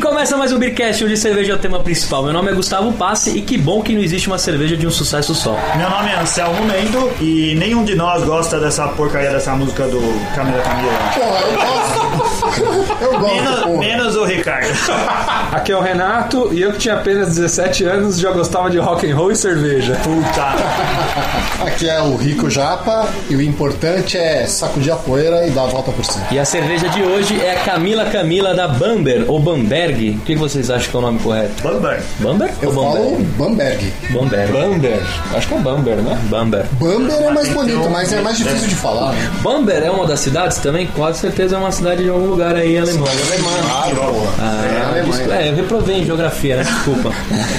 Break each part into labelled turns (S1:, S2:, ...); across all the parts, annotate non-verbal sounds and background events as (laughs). S1: Começa mais um Beercast, onde cerveja é o tema principal. Meu nome é Gustavo Passe e que bom que não existe uma cerveja de um sucesso só.
S2: Meu nome é Anselmo Mendo e nenhum de nós gosta dessa porcaria dessa música do Camila Camila.
S3: Porra, eu gosto. Eu gosto,
S2: Menos,
S3: porra.
S2: menos o Ricardo.
S4: (laughs) Aqui é o Renato e eu que tinha apenas 17 anos já gostava de rock and roll e cerveja.
S2: Puta.
S3: Aqui é o Rico Japa e o importante é sacudir a poeira e dar a volta por cima.
S1: E a cerveja de hoje é a Camila Camila da Bamber, ou Bamberg. O que vocês acham que é o nome correto?
S2: Bamber.
S1: Bamber
S3: Eu
S1: ou
S3: falo
S1: Bamberg?
S3: Bamberg.
S1: Bamberg.
S4: Bamber? Acho que é Bamber, né?
S1: Bamber.
S3: Bamber é mais
S2: Então,
S3: bonito, mas é mais difícil de falar. né?
S1: Bamber é uma das cidades também? Quase certeza é uma cidade de algum lugar aí alemão.
S3: Claro, porra.
S2: Ah.
S3: é na Alemanha.
S1: É, eu reprovei em geografia, né? Desculpa.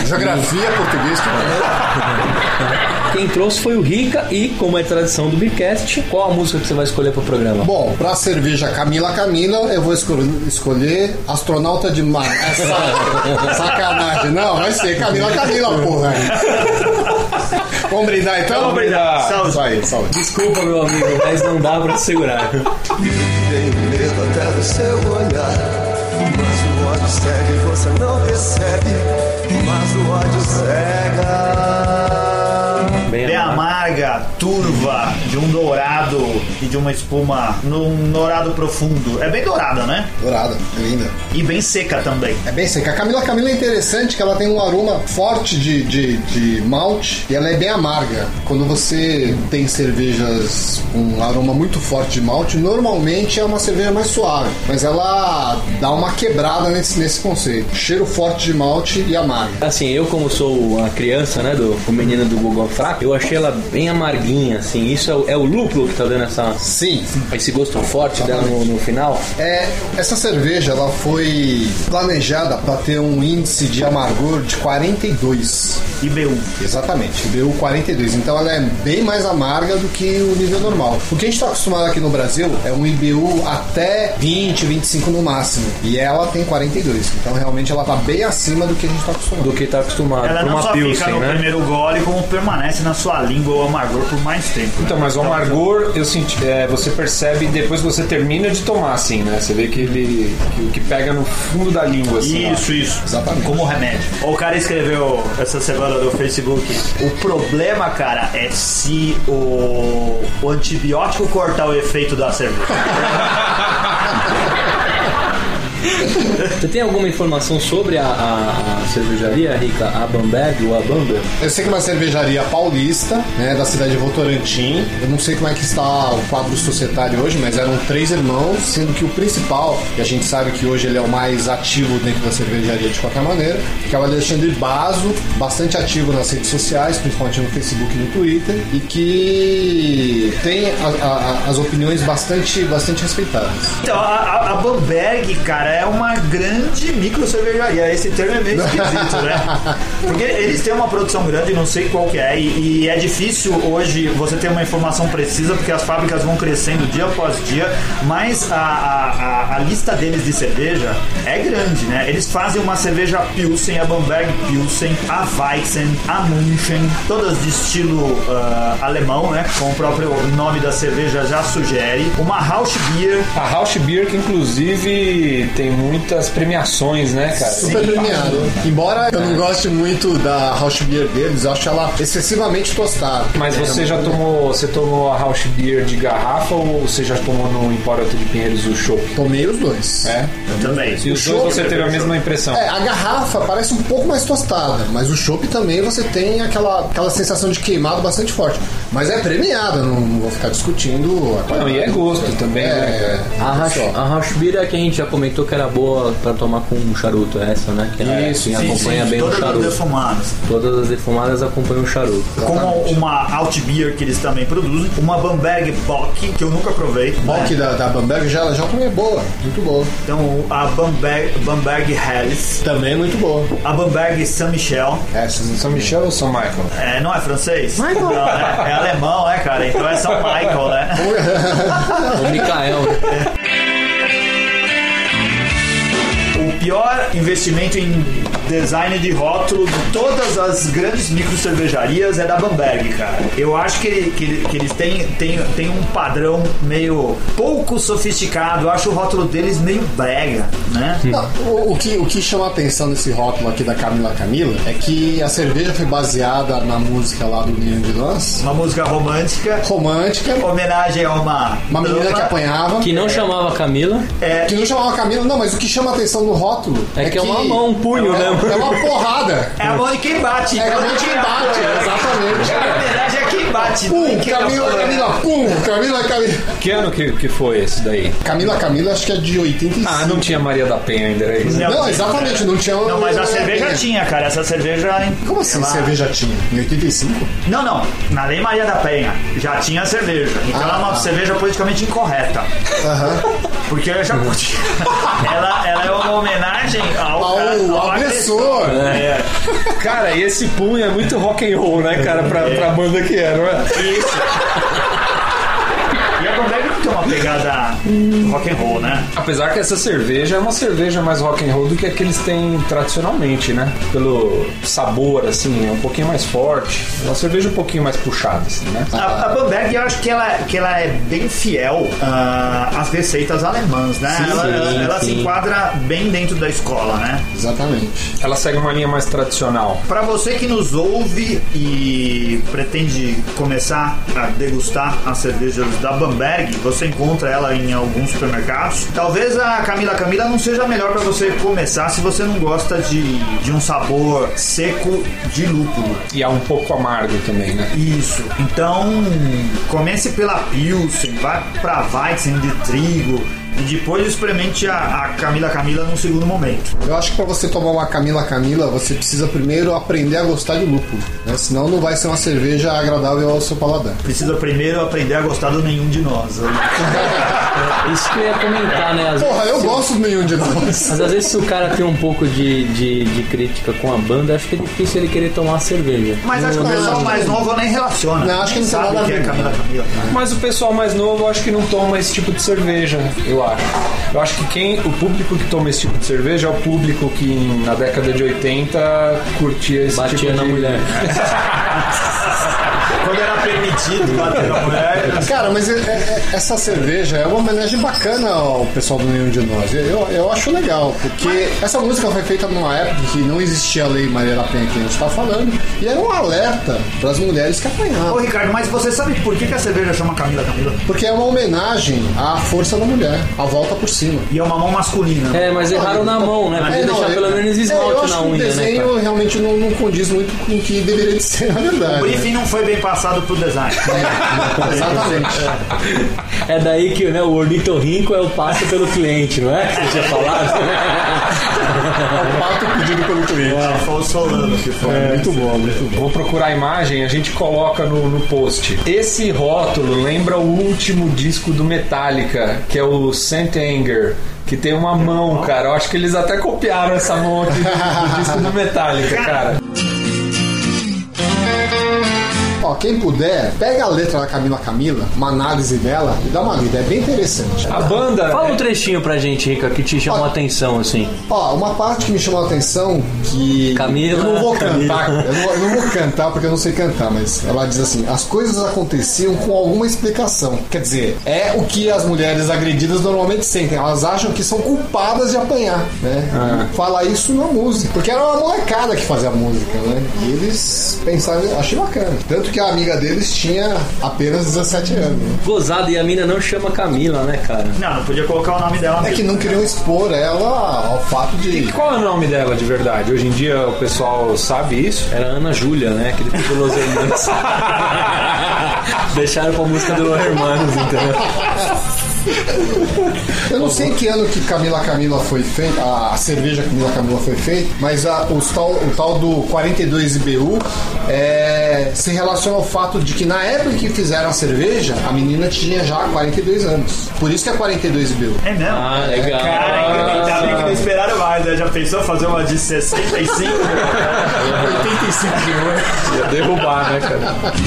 S3: Geografia, português, tipo, né? tudo.
S1: Quem trouxe foi o Rica e, como é tradição do Beercast, qual a música que você vai escolher pro programa?
S3: Bom, pra cerveja Camila Camila, eu vou escol- escolher Astronauta de Mar. Essa- sacanagem. Não, vai ser Camila Camila, porra. Vamos brindar então?
S2: Vamos brindar. Saúde.
S3: Isso aí, saúde.
S1: Desculpa, meu amigo, mas não dá pra segurar.
S5: Tenho medo até do seu olhar. Mas o ódio segue, você não percebe. Mas o ódio cega.
S2: É amarga, turva, de um dourado e de uma espuma num dourado profundo. É bem dourada, né?
S3: Dourada, linda.
S2: E bem seca também.
S3: É bem seca. A Camila Camila é interessante que ela tem um aroma forte de, de, de malte e ela é bem amarga. Quando você tem cervejas com um aroma muito forte de malte, normalmente é uma cerveja mais suave, mas ela dá uma quebrada nesse, nesse conceito. Cheiro forte de malte e amarga.
S1: Assim, eu como sou a criança, né, do o menino do Google Fraco, eu achei ela bem amarguinha, assim. Isso é, o- é o lúpulo que tá dando essa,
S3: Sim,
S1: esse gosto forte dela no, no final.
S3: É, essa cerveja ela foi planejada para ter um índice de amargor de 42.
S2: IBU.
S3: Exatamente, deu 42. Então ela é bem mais amarga do que o nível normal. O que a gente está acostumado aqui no Brasil é um IBU até 20, 25 no máximo. E ela tem 42. Então realmente ela tá bem acima do que a gente está acostumado.
S1: Do que tá acostumado
S2: Ela
S1: pra
S2: não
S1: uma
S2: só fica
S1: Pilsen,
S2: no
S1: né?
S2: primeiro gole, como permanece na sua língua o amargor por mais tempo. né?
S4: Então, mas o amargor, eu senti, é, você percebe depois que você termina de tomar, assim, né? Você vê que ele que, que pega no fundo da língua, assim. ó.
S2: Isso, isso.
S3: Exatamente.
S2: Como remédio. O cara escreveu essa semana no Facebook: o problema, cara, é se o, o antibiótico cortar o efeito da cerveja.
S1: Você tem alguma informação sobre a, a- a cervejaria, Rica? A Bamberg ou a Bamber?
S3: Eu sei que é uma cervejaria paulista, né, da cidade de Votorantim. Eu não sei como é que está o quadro societário hoje, mas eram três irmãos, sendo que o principal, que a gente sabe que hoje ele é o mais ativo dentro da cervejaria de qualquer maneira, que é o Alexandre Baso, bastante ativo nas redes sociais, principalmente no Facebook e no Twitter, e que tem a- a- a- as opiniões bastante, bastante respeitadas.
S2: Então, a, a, a Bamberg, cara, é uma grande micro cervejaria. Esse termo é meio esquisito, né? Porque eles têm uma produção grande, não sei qual que é, e, e é difícil hoje você ter uma informação precisa, porque as fábricas vão crescendo dia após dia, mas a, a, a- a lista deles de cerveja é grande, né? Eles fazem uma cerveja Pilsen, a Bamberg Pilsen, a Weizen, a München, todas de estilo ah, alemão, né? Com o próprio nome da cerveja já sugere. Uma Rausch Beer,
S4: A Rausch Beer, que inclusive tem muitas premiações, né, cara?
S3: Super premiado. Embora eu não goste muito da Rausch Beer deles, eu acho ela excessivamente tostada. É,
S4: Mas você já tomou, você tomou a Rausch Beer de garrafa ou você já tomou no Emporioto de Pinheiros o chopp?
S3: Tomei os dois.
S4: É?
S2: também.
S4: E os dois
S3: chopp,
S4: você teve a mesma impressão.
S3: É, a garrafa parece um pouco mais tostada, mas o chopp também você tem aquela, aquela sensação de queimado bastante forte. Mas é premiada, não, não vou ficar discutindo a
S4: Não,
S3: qualidade.
S4: e é gosto também, né? cara?
S3: É,
S1: A Hash-
S3: pessoal.
S1: a Hashbira que a gente já comentou que era boa pra tomar com um charuto, é essa, né? Que ela,
S4: Isso, sim,
S1: que acompanha bem o
S2: todas as
S1: charuto.
S2: defumadas.
S1: Todas as defumadas acompanham o charuto.
S2: Como uma Alt Beer que eles também produzem, uma Bamberg Bock, que eu nunca provei. né?
S3: Bock da, da Bamberg já, já também é boa, muito boa.
S2: Então a Bamberg, Bamberg Helles,
S3: Também é muito boa.
S2: a Bamberg Saint Michel,
S3: É, vocês não
S4: São Michel ou São Michael?
S2: é, não é francês? Não, é, é alemão, né, cara? Então é São Michael, né?
S1: O Mikael,
S2: O pior investimento em design de rótulo de todas as grandes micro cervejarias é da Bamberg, cara. Eu acho que, ele- que, ele- que eles têm, têm, têm um padrão meio pouco sofisticado. Eu acho o rótulo deles meio brega, né?
S3: Não, o, o que, o que chama a atenção nesse rótulo aqui da Camila Camila é que a cerveja foi baseada na música lá do Ninho de Lance,
S2: Uma música romântica,
S3: romântica,
S2: homenagem a uma.
S3: uma menina que apanhava,
S1: Que não chamava Camila.
S2: É,
S3: que não chamava Camila, não, mas o que chama a atenção no rótulo
S1: É que é uma mão, um punho,
S3: é,
S1: né?
S3: É uma porrada.
S2: é a mão de quem bate.
S3: É a mão de embate,
S1: É.
S3: exatamente.
S2: A homenagem é quem bate. não é
S3: Pum,
S2: quem
S3: Camila,
S2: apanha.
S3: Camila, pum, Camila, Camila.
S4: Que ano que, que foi esse daí?
S3: Camila, Camila, acho que é de 85.
S4: Ah, não tinha Maria da Penha ainda, era isso?
S3: Não, exatamente, não tinha.
S2: né? Não, mas a cerveja tinha, cara. Essa cerveja.
S3: Como assim
S2: ela-
S3: cerveja tinha? Em 85?
S2: Não, não. Na Lei Maria da Penha já tinha cerveja. Então
S3: Ah,
S2: ela é uma
S3: tá.
S2: cerveja politicamente incorreta. Porque ela já podia. ela, ela é uma homenagem ao,
S3: Ao
S2: cara- ao
S3: agressor.
S2: É,
S4: Cara, e esse punho é muito rock and roll, né, cara, pra, pra banda que era, não é?
S2: isso. E a Bamberg não tem uma pegada rock and roll, né?
S4: Apesar que essa cerveja é uma cerveja mais rock and roll do que a que eles têm tradicionalmente, né? Pelo sabor, assim, é um pouquinho mais forte. É Uma cerveja um pouquinho mais puxada, assim, né?
S2: A, a Bamberg, eu acho que ela, que ela é bem fiel ah, às receitas alemãs, né?
S1: Sim,
S2: ela ela-
S1: sim,
S2: ela se
S1: sim.
S2: enquadra bem dentro da escola, né?
S3: Exatamente.
S4: Ela segue uma linha mais tradicional.
S2: Pra você que nos ouve e pretende começar a degustar as cervejas da Bamberg, você encontra ela em alguns supermercados. Talvez a Camila Camila não seja a melhor pra você começar se você não gosta de, de um sabor seco de lúpulo.
S4: E é um pouco amargo também, né?
S2: Isso. Então, comece pela Pilsen, vai pra Weizen de trigo e depois experimente a, a Camila Camila num segundo momento.
S3: Eu acho que pra você tomar uma Camila Camila, você precisa primeiro aprender a gostar de lúpulo, né? Senão não vai ser uma cerveja agradável ao seu paladar.
S2: Precisa primeiro aprender a gostar do nenhum de nós. né?
S1: Isso que eu ia comentar, né? Às
S3: Porra,
S1: vezes,
S3: eu gosto de um nenhum de
S1: (laughs)
S3: nós.
S1: Mas às vezes se o cara tem um pouco de, de, de crítica com a banda, acho que é difícil ele querer tomar cerveja.
S2: Mas acho que o
S3: Não,
S2: pessoal
S3: não.
S2: mais novo nem relaciona.
S3: Não, acho que não tem
S2: sabe
S3: nada a
S2: que é
S3: ver.
S2: Camila Camila.
S4: Mas o pessoal mais novo acho que não toma esse tipo de cerveja, eu acho. Eu acho que quem, o público que toma esse tipo de cerveja é o público que na década de 80 curtia esse
S1: Batia
S4: tipo
S1: na
S4: de...
S1: mulher.
S2: Quando era permitido bater na mulher. assim.
S3: Cara, mas é- é- é- essa cerveja é uma homenagem bacana ao pessoal do Nenhum de Nós. Eu, eu acho legal, porque essa música foi feita numa época que não existia a lei Maria da Penha que a gente tá falando, e era um alerta pras mulheres que
S2: Ô
S3: apanhavam.
S2: Ricardo, mas você sabe por que, que a cerveja chama Camila Camila?
S3: Porque é uma homenagem à força da mulher, à volta por cima.
S2: E é uma mão masculina.
S1: É, mas erraram na mão, né? Podia
S3: É, não,
S1: deixar
S3: eu-
S1: pelo menos
S3: é, eu
S1: esmalte
S3: acho
S1: na
S3: que
S1: unha,
S3: O
S1: né?
S3: desenho
S1: cara?
S3: realmente não, não condiz muito com o que deveria de ser, na
S2: O
S3: verdade.
S2: briefing não foi bem passado pro design.
S3: É, exatamente.
S1: É daí que né, o ornitorrinco é o passo pelo cliente, não é? Que Você tinha falado?
S3: É o pato pedido pelo cliente.
S2: É, foi o Solano que foi.
S3: muito bom, muito bom.
S4: Vou procurar a imagem, a gente coloca no, no post. Esse rótulo lembra o último disco do Metallica, que é o Saint Anger, que tem uma mão, cara. Eu acho que eles até copiaram essa mão aqui do, do disco do Metallica, cara.
S3: Ó, quem puder, pega a letra da Camila Camila, uma análise dela e dá uma lida. É bem interessante.
S4: A banda. é
S1: Fala um trechinho pra gente, Rica, que te chamou a atenção, assim.
S3: Ó, uma parte que me chamou a atenção que.
S1: Camila,
S3: Eu não vou
S1: Camila.
S3: cantar. Eu não, eu não vou cantar porque eu não sei cantar, mas ela diz assim: as coisas aconteciam com alguma explicação. Quer dizer, é o que as mulheres agredidas normalmente sentem. Elas acham que são culpadas de apanhar, né?
S1: Ah.
S3: Fala isso na música. Porque era uma molecada que fazia a música, né? E eles pensaram, achei bacana. Tanto que a amiga deles tinha apenas 17 anos. né?
S1: Gozado, e a mina não chama Camila, né, cara?
S2: Não, não podia colocar o nome dela.
S3: É que não queriam expor ela ao fato de.
S4: E qual é o nome dela de verdade? Hoje em dia o pessoal sabe isso.
S1: Era Ana Júlia, né? Aquele tipo
S4: (laughs)
S1: Los Hermanos. Deixaram pra música do Los Hermanos, entendeu?
S3: Eu não sei em que ano que Camila Camila foi feita, a cerveja Camila Camila foi feita, mas a- os tal- o tal do 42 IBU é, se relaciona ao fato de que na época que fizeram a cerveja, a menina tinha já 42 anos. Por isso que é 42 IBU.
S2: É mesmo?
S1: Ah, legal.
S2: Cara, ainda bem que não esperaram mais, né? Já pensou fazer uma de 65?
S3: 85
S4: né?
S3: IBU.
S4: Ia derrubar, né, cara?
S5: Atrás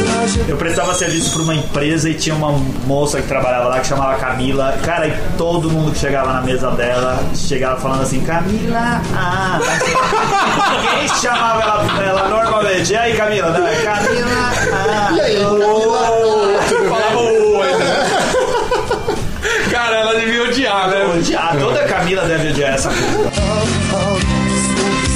S5: imagina.
S2: Eu prestava serviço pra uma empresa e tinha uma moça que trabalhava lá que chamava Camila. Cara, e todo mundo que chegava na mesa dela chegava falando assim, Camila, ah. (laughs) Ninguém chamava ela, ela normalmente. E aí, Camila? Não, é Camila, ah.
S3: E aí, Camila?
S4: Falava o oi, né? Cara, ela devia odiar, né?
S2: Odiar, "Ah, toda Camila deve odiar essa coisa.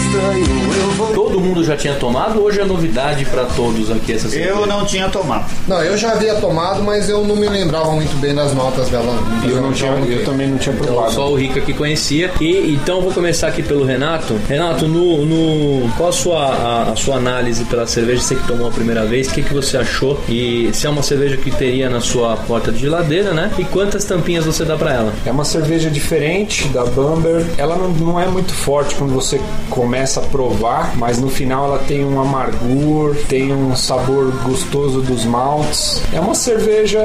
S5: Estranho, eu vou.
S1: Todo mundo já tinha tomado? Hoje é novidade pra todos aqui essa semana?
S2: Eu não tinha tomado.
S3: Não, eu já havia tomado, mas eu não me lembrava muito bem das notas dela.
S4: Eu, não tinha, eu também não tinha
S1: Então,
S4: provado.
S1: só o Rica que conhecia. E então eu vou começar aqui pelo Renato. Renato, no, no- qual a sua, a, a sua análise pela cerveja? Você que tomou a primeira vez, o que, que você achou? E se é uma cerveja que teria na sua porta de geladeira, né? E quantas tampinhas você dá pra ela?
S4: É uma cerveja diferente da Bamber. Ela não, não é muito forte quando você começa a provar, mas no final ela tem um amargor, tem um sabor gostoso dos maltes. É uma cerveja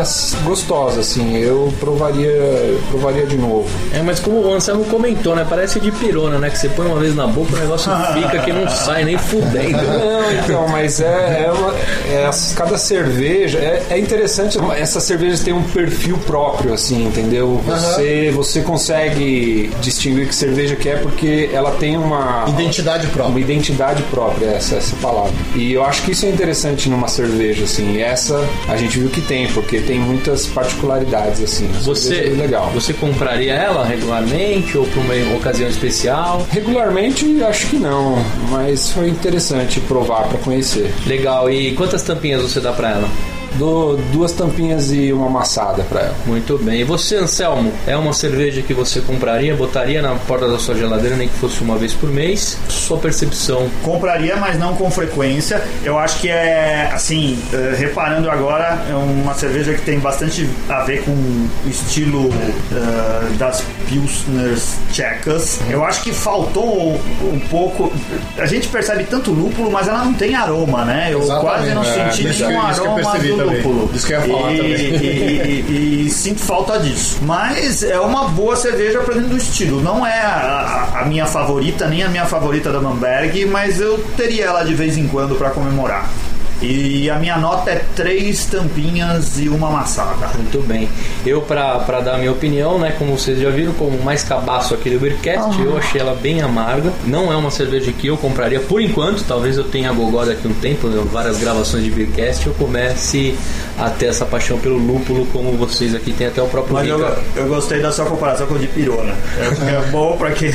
S4: s- gostosa, assim. Eu provaria, eu provaria de novo.
S1: É, mas como o Anselmo comentou, né? Parece de pirona, né? Que você põe uma vez na boca, o negócio fica que não sai nem fudendo. né?
S4: Não, então, mas é, é, uma- é as- cada cerveja é, é interessante. Essas cervejas têm um perfil próprio, assim, entendeu? Você, você consegue distinguir que cerveja que é porque ela tem uma
S3: Identidade própria.
S4: uma identidade própria, essa, essa palavra. E eu acho que isso é interessante numa cerveja, assim. E essa a gente viu que tem, porque tem muitas particularidades, assim. A cerveja
S1: Você,
S4: é legal.
S1: você compraria ela regularmente ou pra uma ocasião especial?
S4: Regularmente acho que não, mas foi interessante provar pra conhecer.
S1: Legal, e quantas tampinhas você dá pra ela?
S4: Dou duas tampinhas e uma amassada pra ela.
S1: Muito bem. E você, Anselmo, é uma cerveja que você compraria, botaria na porta da sua geladeira, nem que fosse uma vez por mês? Sua percepção.
S2: Compraria, mas não com frequência. Eu acho que é, assim, eh, reparando agora, é uma cerveja que tem bastante a ver com o estilo eh, das Pilsners tchecas. Eu acho que faltou um pouco. A gente percebe tanto lúpulo, mas ela não tem aroma, né? Eu quase
S3: Exatamente,
S2: não
S3: é.
S2: senti
S3: Isso que-
S2: nenhum
S3: isso que eu
S2: aroma
S3: percebi
S2: do
S3: também.
S2: lúpulo.
S3: Isso que eu ia falar
S2: e,
S3: também.
S2: e- e- e sinto falta disso. Mas é uma boa cerveja para dentro do estilo. Não é a, a- a minha favorita, nem a minha favorita da Bamberg, mas eu teria ela de vez em quando para comemorar. E a minha nota é três tampinhas e uma amassada.
S1: Muito bem. Eu, pra, pra dar a minha opinião, né, como vocês já viram, como mais cabaço aqui do Beercast, eu achei ela bem amarga. Não é uma cerveja que eu compraria por enquanto, talvez eu tenha a gogó daqui a um tempo, né, várias gravações de Beercast, eu comece a ter essa paixão pelo lúpulo, como vocês aqui tem até o próprio
S2: Mas eu,
S1: Rica.
S2: eu gostei da sua comparação com o de pirona. É, é bom para quem,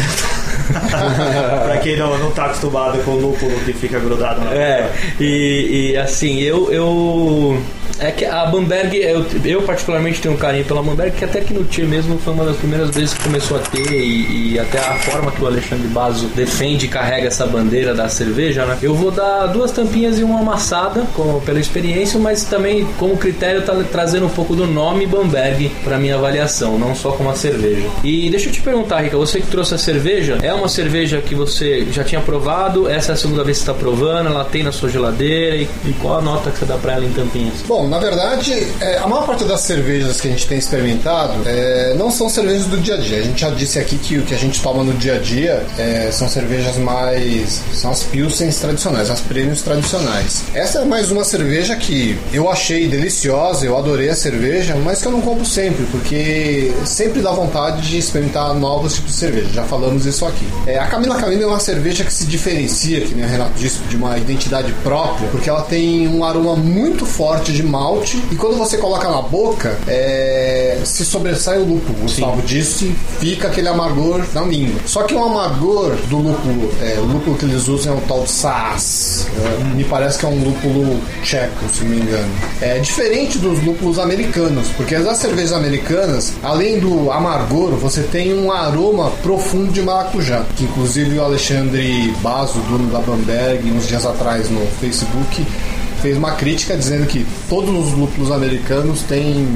S2: (laughs) pra quem não, não tá acostumado com o lúpulo que fica grudado na
S1: É, e, e, assim, eu, eu. É que a Bamberg, eu, eu particularmente tenho um carinho pela Bamberg, que até que no Tier mesmo foi uma das primeiras vezes que começou a ter, e, e até a forma que o Alexandre Basso defende e carrega essa bandeira da cerveja, né? Eu vou dar duas tampinhas e uma amassada como, pela experiência, mas também como critério tá trazendo um pouco do nome Bamberg pra minha avaliação, não só como a cerveja. E deixa eu te perguntar, Rica, você que trouxe a cerveja, é uma cerveja que você já tinha provado, essa é a segunda vez que você está provando, ela tem na sua geladeira, e, e qual a nota que você dá pra ela em tampinhas?
S3: Bom, na verdade, é, a maior parte das cervejas que a gente tem experimentado é, não são cervejas do dia a dia. A gente já disse aqui que o que a gente toma no dia a dia é, são cervejas mais. são as pilsens tradicionais, as prêmios tradicionais. Essa é mais uma cerveja que eu achei deliciosa, eu adorei a cerveja, mas que eu não compro sempre, porque sempre dá vontade de experimentar novos tipos de cerveja. Já falamos isso aqui. É, a Camila Camila é uma cerveja que se diferencia, que nem o Renato disse, de uma identidade própria, porque ela tem um aroma muito forte de malte e quando você coloca na boca, é, se sobressai o lúpulo. O Gustavo disse, fica aquele amargor na língua. Só que o amargor do lúpulo, é, o lúpulo que eles usam é o tal de Saas. É, me parece que é um lúpulo tcheco, se não me engano. É diferente dos lúpulos americanos, porque as cervejas americanas, além do amargor, você tem um aroma profundo de maracujá, que inclusive o Alexandre Basso, dono da Bamberg, uns dias atrás no Facebook, fez uma crítica dizendo que todos os lúpulos americanos têm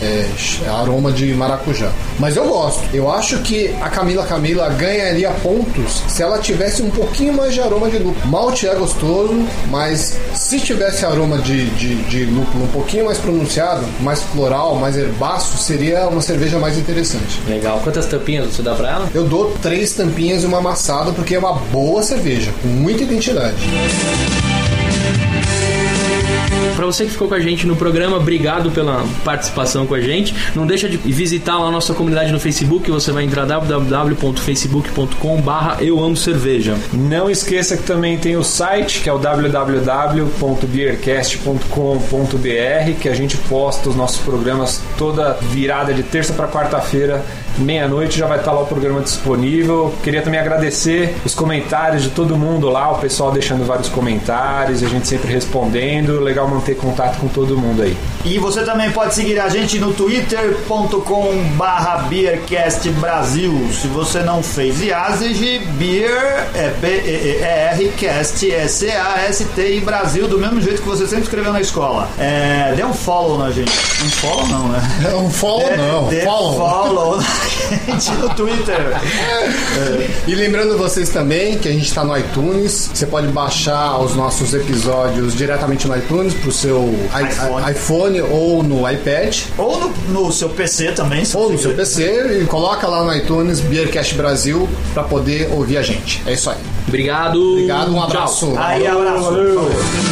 S3: é, ch- aroma de maracujá. Mas eu gosto. Eu acho que a Camila Camila ganharia pontos se ela tivesse um pouquinho mais de aroma de lúpulo. Malte é gostoso, mas se tivesse aroma de, de, de lúpulo um pouquinho mais pronunciado, mais floral, mais herbáceo, seria uma cerveja mais interessante.
S1: Legal. Quantas tampinhas você dá pra ela?
S3: Eu dou três tampinhas e uma amassada porque é uma boa cerveja, com muita identidade.
S1: Pra você que ficou com a gente no programa, obrigado pela participação com a gente. Não deixa de visitar lá a nossa comunidade no Facebook, você vai entrar www.facebook.com/barra eu amo cerveja.
S4: Não esqueça que também tem o site, que é o www.beercast.com.br, que a gente posta os nossos programas toda virada de terça para quarta-feira, meia-noite, já vai estar lá o programa disponível. Queria também agradecer os comentários de todo mundo lá, o pessoal deixando vários comentários, a gente sempre respondendo. Legal manter contato com todo mundo aí.
S6: E você também pode seguir a gente no twitter.com barra Beercast Brasil. Se você não fez IASIG, Beer é B-E-E-R Cast é C-A-S-T e Brasil, do mesmo jeito que você sempre escreveu na escola. É, dê um follow na gente. Um follow não, né?
S3: É um follow, não.
S6: Dê
S3: Follow.
S6: follow na (laughs) gente no Twitter.
S3: E lembrando vocês também que a gente está no iTunes. Você pode baixar os nossos episódios diretamente no iTunes pro seu i-
S6: iPhone.
S3: i- iPhone ou no iPad.
S6: Ou no, no seu PC também. se
S3: Ou no
S6: você
S3: seu PC e coloca lá no iTunes Beercast Brasil para poder ouvir a gente. É isso aí.
S1: Obrigado.
S3: Obrigado, um
S1: Tchau.
S3: abraço.
S6: Aí, abraço. Por favor.